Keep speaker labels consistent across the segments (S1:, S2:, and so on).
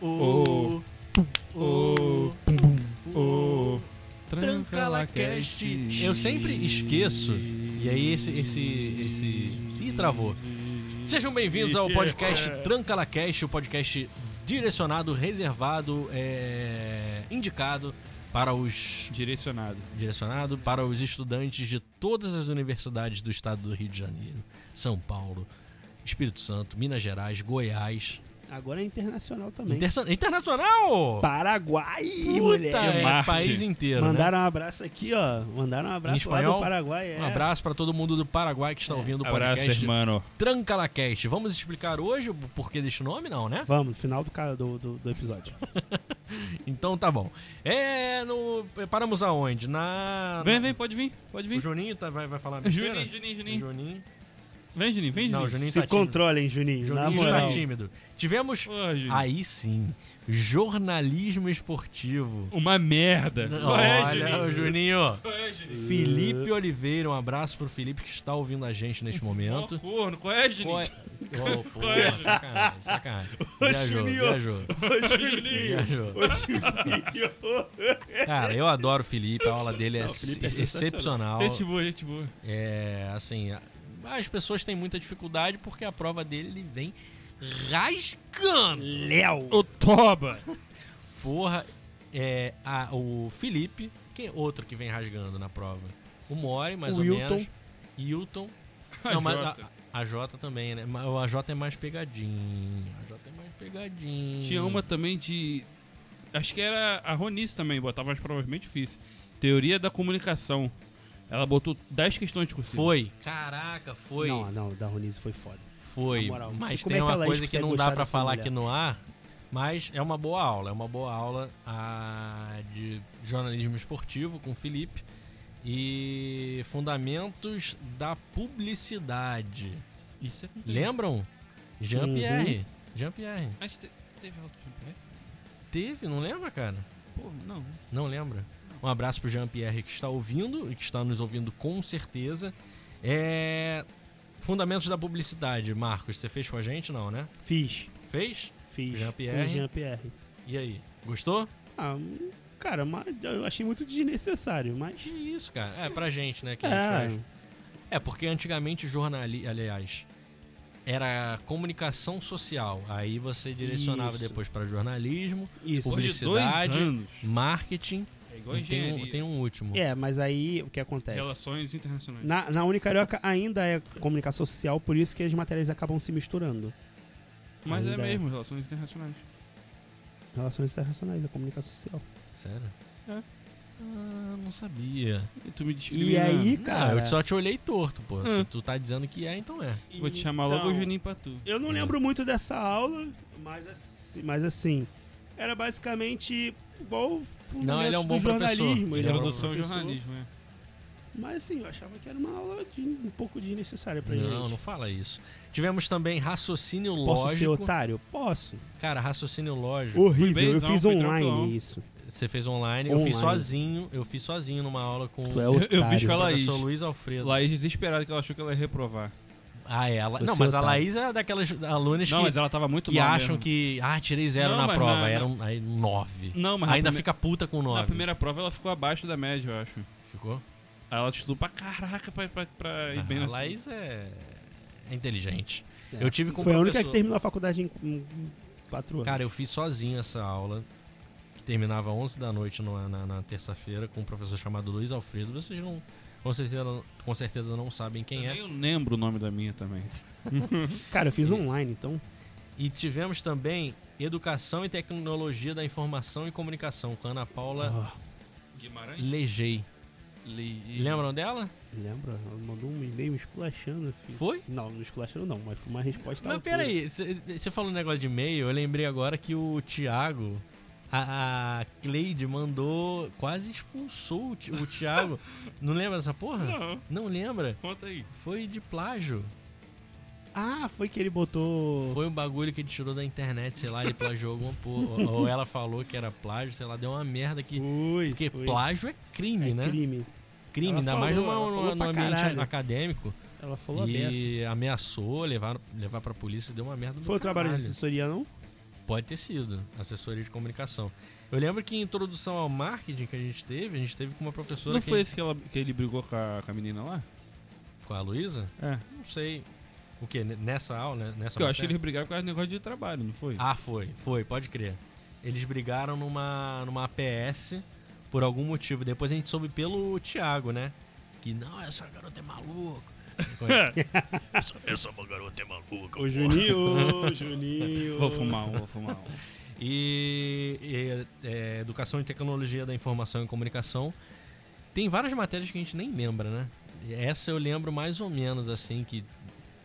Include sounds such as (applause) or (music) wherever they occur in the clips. S1: oh, oh,
S2: Ô,
S1: Trancalacast.
S3: Eu sempre esqueço. E aí esse. esse. esse. Ih, travou. Sejam bem-vindos ao podcast Trancalacast, o podcast direcionado, reservado, é, indicado para os.
S2: Direcionado.
S3: Direcionado para os estudantes de todas as universidades do estado do Rio de Janeiro, São Paulo, Espírito Santo, Minas Gerais, Goiás.
S1: Agora é internacional também.
S3: Intersa- internacional!
S1: Paraguai,
S3: Puta,
S1: moleque.
S3: é,
S2: Marte.
S3: país inteiro. né?
S1: Mandaram um abraço aqui, ó. Mandaram um abraço lá do
S3: espanhol?
S1: Paraguai. É.
S3: Um abraço pra todo mundo do Paraguai que está ouvindo o podcast.
S2: Abraço, irmão.
S3: Trancalacast. Vamos explicar hoje o porquê deste nome, não, né?
S1: Vamos, no final do, ca- do, do, do episódio.
S3: Então tá bom. É. No, paramos aonde? Na.
S2: Vem, vem, pode vir, pode
S3: O
S2: vir.
S3: Juninho tá- vai, vai falar besteira?
S2: Juninho, Juninho, Juninho.
S3: Juninho.
S2: Vem, Juninho, vem,
S3: Não,
S2: Juninho.
S3: Juninho tá
S1: Se controlem, Juninho.
S3: tímido.
S1: na
S3: Juninho
S1: moral.
S3: está tímido. Tivemos.
S2: Ô, Juninho.
S3: Aí sim. Jornalismo esportivo.
S2: Uma merda. Qual é,
S3: Olha, o
S2: Juninho?
S3: Juninho.
S2: Qual é, Juninho?
S3: Felipe Oliveira, um abraço pro Felipe que está ouvindo a gente neste
S2: Ó,
S3: momento.
S2: corno, qual é,
S3: Qual
S2: Juninho?
S3: é? Oh, pô, sacanagem, sacanagem. Viajou,
S1: Juninho.
S3: viajou,
S1: Ô, Juninho.
S3: viajou.
S1: Ô, Juninho.
S3: Cara, eu adoro o Felipe, a aula dele é,
S1: Não, o Felipe é
S3: ex- excepcional.
S2: Gente boa, gente boa.
S3: É, assim, a- as pessoas têm muita dificuldade porque a prova dele ele vem rasgando.
S1: Léo.
S2: Ô, (laughs) toba.
S3: Porra, é, a- o Felipe, quem outro que vem rasgando na prova? O More, mais
S1: O
S3: ou
S1: Wilton.
S3: menos. Hilton.
S2: A
S3: Não, mas
S2: Jota.
S3: a, a Jota também, né? Mas A Jota é mais pegadinho. A Jota é mais pegadinho.
S2: Tinha uma também de. Acho que era a Ronice também, botava as provas bem difíceis. Teoria da comunicação. Ela botou 10 questões de cursiva.
S3: Foi. Caraca, foi.
S1: Não, não, da Ronise foi foda.
S3: Foi,
S1: Na moral, não sei
S3: mas
S1: como
S3: tem
S1: é que
S3: uma
S1: ela
S3: coisa que
S1: consegue
S3: não dá
S1: gostar
S3: pra
S1: dessa
S3: falar
S1: mulher.
S3: aqui no ar, mas é uma boa aula, é uma boa aula ah, de jornalismo esportivo com o Felipe e fundamentos da publicidade.
S2: Isso é complicado.
S3: Lembram?
S1: Uhum.
S3: Jean-Pierre. Jean-Pierre.
S2: Acho que te- teve alto né? de
S3: Teve, não lembra, cara?
S2: Pô, não.
S3: Não lembra? Um abraço pro Jean-Pierre que está ouvindo e que está nos ouvindo com certeza. É... Fundamentos da publicidade, Marcos, você fez com a gente, não, né?
S1: Fiz,
S3: Fez?
S1: fiz.
S3: Jean-Pierre.
S1: Com Jean-Pierre.
S3: E aí, gostou?
S1: Ah, hum, cara, mas eu achei muito desnecessário,
S3: Que
S1: mas.
S3: isso, cara. É, pra gente, né, que a gente
S1: É,
S3: faz. É, porque antigamente jornali... Aliás, era comunicação social. Aí você direcionava
S1: Isso.
S3: depois pra jornalismo,
S1: isso.
S3: Publi- Publicidade.
S2: Dois anos.
S3: marketing
S2: É igual
S3: e tem um,
S2: engenharia.
S3: tem um último.
S1: É, mas aí o que acontece?
S2: Relações internacionais.
S1: Na, na Unicarioca ainda é comunicação social, por isso que as matérias acabam se misturando.
S2: Mas é
S1: Ainda é.
S2: mesmo, relações internacionais.
S1: Relações internacionais, a comunicação social.
S3: Sério?
S2: É.
S3: Ah, não sabia.
S2: E tu me
S3: Tipo
S2: discrimina.
S1: E aí,
S3: Cara,
S1: cara.
S3: Ah,
S1: Hum.
S3: eu só te olhei torto, pô.
S2: Ah.
S3: Se tu tá dizendo que é, então é.
S2: Vou te chamar logo o Juninho pra tu.
S1: então, Eu não
S3: É.
S1: lembro muito dessa aula, mas assim, mas assim era basicamente igual o
S3: Não, ele é um
S1: fundamentos
S3: bom
S1: do
S3: professor.
S1: jornalismo.
S3: Ele é um bom
S2: Produção de
S1: professor.
S2: jornalismo, é.
S1: Mas assim, eu achava que era uma aula de- um pouco desnecessária pra gente.
S3: Não, não fala isso. Tivemos também raciocínio
S1: Posso ser
S3: lógico.
S1: otário? Posso.
S3: Cara, raciocínio lógico.
S1: Horrível, eu
S2: benzão,
S1: fiz
S2: fui
S1: online
S2: tranquilão.
S1: isso.
S3: Você fez online. Eu
S1: Online.
S3: fiz sozinho. Eu fiz sozinho numa aula com
S1: Tu é
S3: o
S2: Eu, eu fiz
S1: Otário.
S2: com a Laís.
S3: professor Luiz Alfredo.
S2: Laís desesperada que ela achou que ela ia reprovar.
S3: Ah, ela.
S1: Você
S3: Não, mas a
S1: otário.
S3: Laís é daquelas alunas
S2: Não,
S3: que,
S2: mas ela tava muito
S3: que
S2: mal
S3: acham
S2: mesmo.
S3: que. Ah, tirei zero
S2: Não,
S3: na
S2: mas
S3: prova.
S2: na-
S3: Era um, aí, nove.
S2: Não, mas na
S3: Ainda
S2: prime-
S3: fica puta com nove.
S2: Na primeira prova ela ficou abaixo da média, eu acho.
S3: Ficou?
S2: Aí ela estudou pra caraca pra, pra, pra ir bem assim.
S3: Ah, a
S2: na
S3: Laís é. é inteligente.
S1: É.
S3: Eu tive com
S1: Foi
S3: um
S1: a única que
S3: professor-
S1: terminou a faculdade em, em quatro anos.
S3: Cara, eu fiz sozinho essa aula. que Terminava 11 da noite no- na, na terça-feira com um professor chamado Luiz Alfredo. Vocês não. Com certeza, com certeza não sabem quem é.
S2: Eu lembro o nome da minha também.
S1: Cara, eu fiz online, então.
S3: E tivemos também Educação e Tecnologia da Informação e Comunicação com a Ana Paula
S2: Guimarães?
S3: Legei.
S2: Le...
S3: Lembram dela?
S1: Lembra? Ela mandou um e-mail me esculachando, filho.
S3: Foi?
S1: Não, não esculachando não, mas foi uma resposta. à
S3: Mas
S1: altura.
S3: peraí, você falou um negócio de e-mail, eu lembrei agora que o Thiago, a, a Cleide mandou, quase expulsou o, Ti- o Thiago. Não lembra dessa porra?
S2: Não,
S3: Não lembra?
S2: (laughs) conta aí.
S3: Foi de plágio.
S1: Ah, foi que ele botou.
S3: Foi um bagulho que ele tirou da internet, sei lá, ele plagiou alguma porra. ou, ou ela falou que era plágio, sei lá, deu uma merda que.
S1: Foi,
S3: Porque
S1: foi.
S3: plágio é crime,
S1: É
S3: né?
S1: crime.
S3: crime,
S1: Ela
S3: ainda mais
S1: falou,
S3: numa-
S1: ela
S3: numa-
S1: falou
S3: num
S1: pra
S3: ambiente
S1: caralho.
S3: acadêmico.
S1: Ela falou a beça.
S3: e ameaçou levar, levar pra polícia, deu uma merda do
S1: Foi o trabalho de
S3: caralho.
S1: assessoria, não?
S3: Pode ter sido, assessoria de comunicação. Eu lembro que em introdução ao marketing que a gente teve, a gente teve com uma professora.
S2: Não
S3: que-
S2: foi esse que, ela, que ele brigou com a, com a menina lá?
S3: Com a Luísa?
S2: É.
S3: Não sei. O quê? N- Nessa aula, né? Nessa
S2: Porque eu acho que
S3: matéria?
S2: eles brigaram por causa do negócio de trabalho, não foi?
S3: Ah, foi, foi, pode crer. Eles brigaram numa, numa APS por algum motivo. Depois a gente soube pelo Thiago, né? Que não, essa garota é maluca. essa, essa garota é maluca.
S2: (laughs)
S1: Ô Juninho, Juninho.
S2: Vou fumar um, vou fumar um.
S3: E, e, é, Educação e Tecnologia da Informação e Comunicação. Tem várias matérias que a gente nem lembra, né? E Essa eu lembro mais ou menos assim, que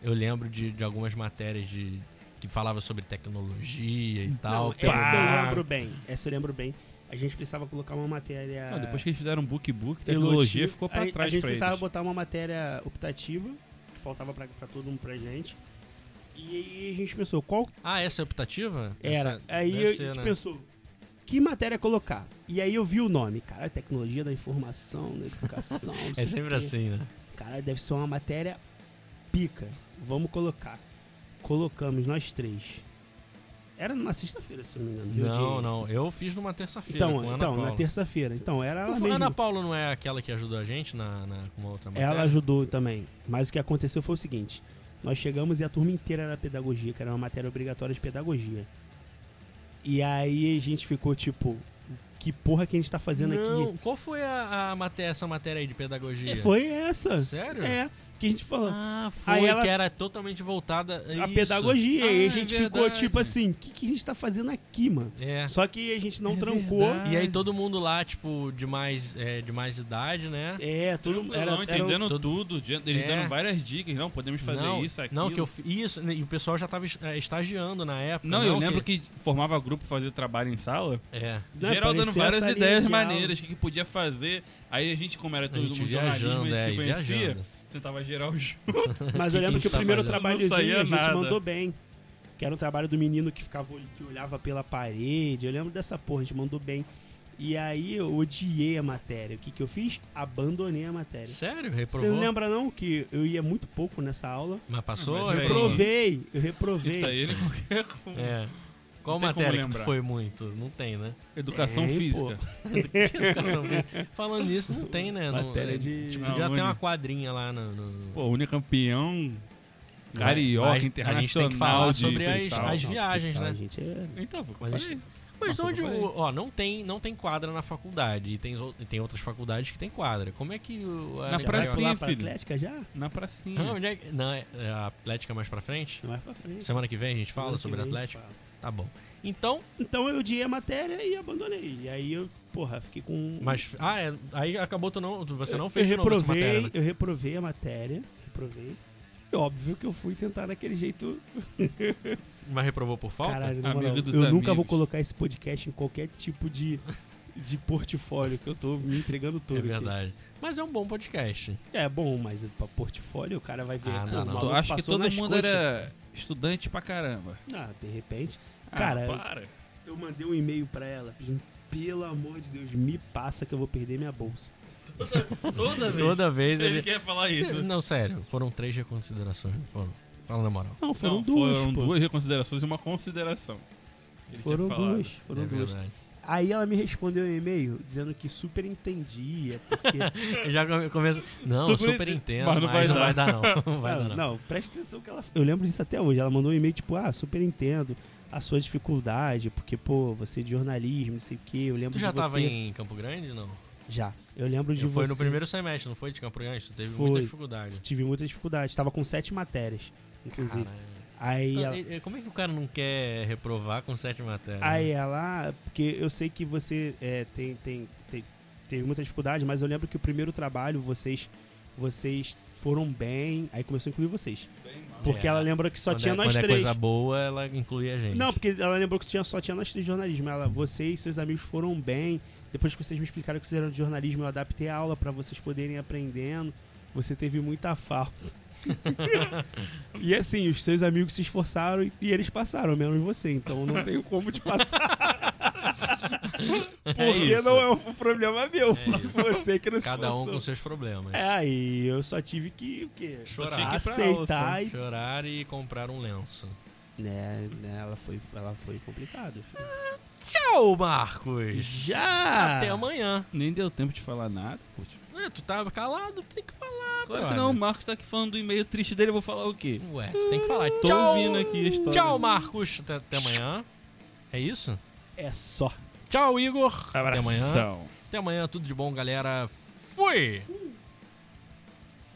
S3: eu lembro de, de algumas matérias de, que falava sobre tecnologia e tal.
S1: Não, essa
S2: Ah.
S1: eu lembro bem. Essa eu lembro bem. A gente precisava colocar uma matéria.
S2: Não, depois que eles fizeram book book, tecnologia
S1: elotiva.
S2: ficou
S1: É, a,
S2: pra
S1: A
S2: trás
S1: gente
S2: pra eles.
S1: precisava botar uma matéria optativa, que faltava pra, pra todo mundo, pra gente. E aí a gente pensou, qual
S3: Ah, essa é optativa?
S1: era?
S3: Essa
S1: aí
S3: deve
S1: a
S3: ser,
S1: gente
S3: né?
S1: pensou, que matéria colocar? E aí eu vi o nome, cara, tecnologia da informação,
S3: (laughs)
S1: da educação. não sei
S3: É
S1: o quê.
S3: sempre assim, né?
S1: Cara, deve ser uma matéria pica. Vamos colocar. Colocamos nós três. Era numa sexta-feira, se eu não me engano. eu
S3: Não,
S1: odiei.
S3: não. Eu fiz numa terça-feira com a
S1: Então,
S3: Ana
S1: então
S3: Paula.
S1: na terça-feira. Então, era ela
S3: A
S1: mesmo.
S3: Ana Paula não é aquela que ajudou a gente na, na com uma outra matéria?
S1: Ela ajudou também. Mas o que aconteceu foi o seguinte: nós chegamos e a turma inteira era pedagogia, que era uma matéria obrigatória de pedagogia. E aí a gente ficou tipo, que porra que a gente tá fazendo
S3: não,
S1: aqui?
S3: Qual foi a, a matéria, essa matéria aí de pedagogia?
S1: E foi essa.
S3: Sério?
S1: É, que a gente falou.
S3: Ah, foi
S1: Aí ela-
S3: que era totalmente voltada
S1: a
S3: isso.
S1: pedagogia. e
S2: Ah,
S1: a gente
S2: é
S1: ficou
S2: verdade.
S1: tipo assim, o que, que a gente tá fazendo aqui, mano?
S3: É.
S1: Só que a gente não
S2: É
S1: trancou.
S2: verdade.
S3: E aí todo mundo lá, tipo, de mais, é, de mais idade, né?
S1: É, todo mundo. Era,
S2: não,
S1: era,
S2: entendendo
S3: todo-
S2: tudo, de- eles
S3: É.
S2: dando várias dicas, não, podemos fazer
S3: não,
S2: isso, aquilo.
S3: Não, que eu fi- Isso, né, e o pessoal já tava es- é, estagiando na época. né?
S2: Não, eu lembro que... formava grupo, fazia trabalho em sala.
S3: É.
S1: Não,
S2: geral dando
S1: parecia
S2: várias
S1: salinha
S2: ideias
S1: de aula.
S2: maneiras, o que, que podia fazer. Aí a gente, como era
S3: A
S2: todo
S3: gente
S2: mundo
S3: viajando,
S2: jornalismo, a
S3: é,
S2: gente
S3: e
S2: se conhecia.
S3: viajando.
S2: Você tava geral (laughs) junto.
S1: Mas eu
S3: Que
S1: lembro que o
S3: isso, rapaziada?
S1: primeiro
S2: Não
S1: trabalhozinho
S2: saía
S1: a gente
S2: nada.
S1: mandou bem. Que era um trabalho do menino que ficava ol- que olhava pela parede. Eu lembro dessa porra, a gente mandou bem. E aí eu odiei a matéria. O que, que eu fiz? Abandonei a matéria.
S3: Sério?
S1: Você
S3: Reprovou?
S1: não lembra não que eu ia muito pouco nessa aula?
S3: Mas passou? É,
S2: Mas aí-
S3: reprovou?
S1: Reprovei, eu reprovei.
S2: Isso aí ele (laughs) qualquer com
S3: É. Qual
S2: Não tem como
S3: matéria que tu
S2: lembrar.
S3: foi muito? Não tem, né? (laughs)
S2: educação
S1: Tem,
S2: física.
S3: Educação física. Falando nisso, não tem, né? Não-
S1: Matéria
S3: é,
S1: de-
S3: Tipo,
S2: Não,
S3: já tem
S2: única.
S3: uma quadrinha lá no. no-
S2: Pô, unicampeão, carioca,
S3: Mas
S2: internacional
S3: A gente tem que falar
S2: de
S3: sobre as,
S2: futsal.
S3: as
S1: Não,
S3: viagens,
S1: futsal,
S3: né?
S1: gente, é-
S2: Então, foi o que eu
S3: Mas a gente-
S2: falei.
S3: Mas de
S2: Nossa,
S3: onde.
S2: eu falei.
S3: o- Ó, não tem, não tem quadra na faculdade. E tem, os ou- e tem outras faculdades que tem quadra. Como é que. O, a-
S2: Na
S1: Já
S2: pra pracinha.
S1: vai pular
S2: sim,
S1: pra
S2: filho.
S1: Atlética já?
S2: na
S3: Ah,
S2: pracinha.
S3: onde é que- Não, é, é a Atlética mais pra frente?
S1: Não é pra frente.
S3: Semana que vem a gente fala
S1: Semana que
S3: sobre a
S1: vem
S3: Atlética?
S1: gente fala.
S3: Tá bom. Então,
S1: Então eu odiei a matéria e abandonei. E aí eu, porra, fiquei com. um
S3: mas. Ah, é, aí acabou tu não. tu- Você não
S1: Eu-
S3: fez de
S1: eu
S3: novo essa
S1: reprovei,
S3: matéria, né?
S1: eu reprovei a matéria, reprovei. E óbvio que eu fui tentar daquele jeito.
S3: Mas reprovou por falta?
S1: Caralho, na
S2: Amigo
S1: moral, eu
S2: dos
S1: nunca
S2: amigos.
S1: vou colocar esse podcast em qualquer tipo de, de portfólio, que eu tô me entregando todo.
S3: é
S1: aqui.
S3: verdade. Mas é um bom podcast.
S1: É bom, mas pra portfólio o cara vai ver.
S3: Ah,
S1: pô,
S3: não,
S1: o
S3: não.
S1: maluco
S2: Eu acho que
S1: passou
S2: todo
S1: nas
S2: mundo
S1: coxas.
S2: era estudante pra caramba.
S1: Ah, de repente.
S2: Ah,
S1: Cara,
S2: para.
S1: Eu mandei um e-mail pra ela pedindo, pelo amor de Deus, me passa que eu vou perder minha bolsa.
S2: Toda vez.
S3: Toda vez
S2: Ele
S3: ele.
S2: quer falar isso.
S3: Não, sério, foram três reconsiderações. não Foram. Fala na moral.
S1: Não, foram
S2: Não,
S1: duas,
S2: foram
S1: pô.
S2: duas reconsiderações e uma consideração. Ele
S1: Foram
S2: tinha falado.
S1: duas, foram
S3: É
S1: duas.
S3: verdade.
S1: Aí ela me respondeu um e-mail dizendo que super entendia,
S2: (laughs)
S1: porque.
S3: Já come- começa. Não,
S2: Super
S3: eu super
S2: ente-
S3: entendo,
S2: mas
S3: mas
S2: não
S3: não,
S2: vai
S3: vai dar, não.
S2: (laughs)
S3: Não vai
S1: não,
S3: dar,
S1: não.
S3: não.
S1: presta atenção que ela. Eu lembro disso até hoje. Ela mandou um e-mail tipo, ah, super entendo a sua dificuldade, porque, pô, você é de jornalismo, não sei o quê. Eu lembro
S3: Tu já
S1: de você.
S3: tava em Campo Grande? Não.
S1: Já. Eu lembro Tipo assim, de
S3: Eu foi
S1: você.
S3: no primeiro semestre, não foi de Campo Grande? Tu teve
S1: Foi.
S3: muita dificuldade.
S1: Tive muita dificuldade. Tava com sete matérias, inclusive.
S3: Caralho.
S1: Aí ela.
S3: Então, e- e Como é que o cara não quer reprovar com sete matérias?
S1: Aí ela, "Ah, porque eu sei que você é, tem, tem, tem, teve muita dificuldade, mas eu lembro que o primeiro trabalho vocês, vocês foram bem. Aí começou a incluir vocês. Porque
S3: É.
S1: ela lembrou que só
S3: Quando
S1: tinha
S3: é,
S1: nós
S3: quando
S1: três.
S3: é coisa boa, ela inclui a gente.
S1: Não, porque ela lembrou que tinha, só tinha nós três de jornalismo. Ela, você e seus amigos foram bem. Depois que vocês me explicaram que vocês eram de jornalismo, eu adaptei a aula pra vocês poderem ir aprendendo. Você teve muita falta. e assim, os seus amigos se esforçaram e, e eles passaram, menos você. Então eu não tenho como te passar,
S3: porque
S1: porque não é um problema meu. você que não se
S3: Cada um
S1: esforçou.
S3: com seus problemas.
S1: É, aí eu só tive que o quê?
S2: Só tinha que ir pra aula,
S1: Aceitar e.
S3: Chorar e comprar um lenço.
S1: Né, né, ela foi, ela foi complicada. filho.
S3: Tchau, Marcos.
S1: Já.
S3: Até amanhã.
S2: Nem deu tempo de falar nada, putz.
S3: É, tu tava calado, tem que
S2: Claro
S3: falar,
S2: que
S3: brother.
S2: não, o Marcos tá aqui falando do e-mail triste dele, eu vou falar o quê?
S3: Ué, tu tem que falar.
S2: Tô
S3: Tchau.
S2: ouvindo aqui a história.
S3: Tchau, Marcos. Até, até amanhã. É isso?
S1: É só.
S3: Tchau, Igor. Até amanhã.
S2: Abração.
S3: Até amanhã. Tudo de bom, galera. Fui.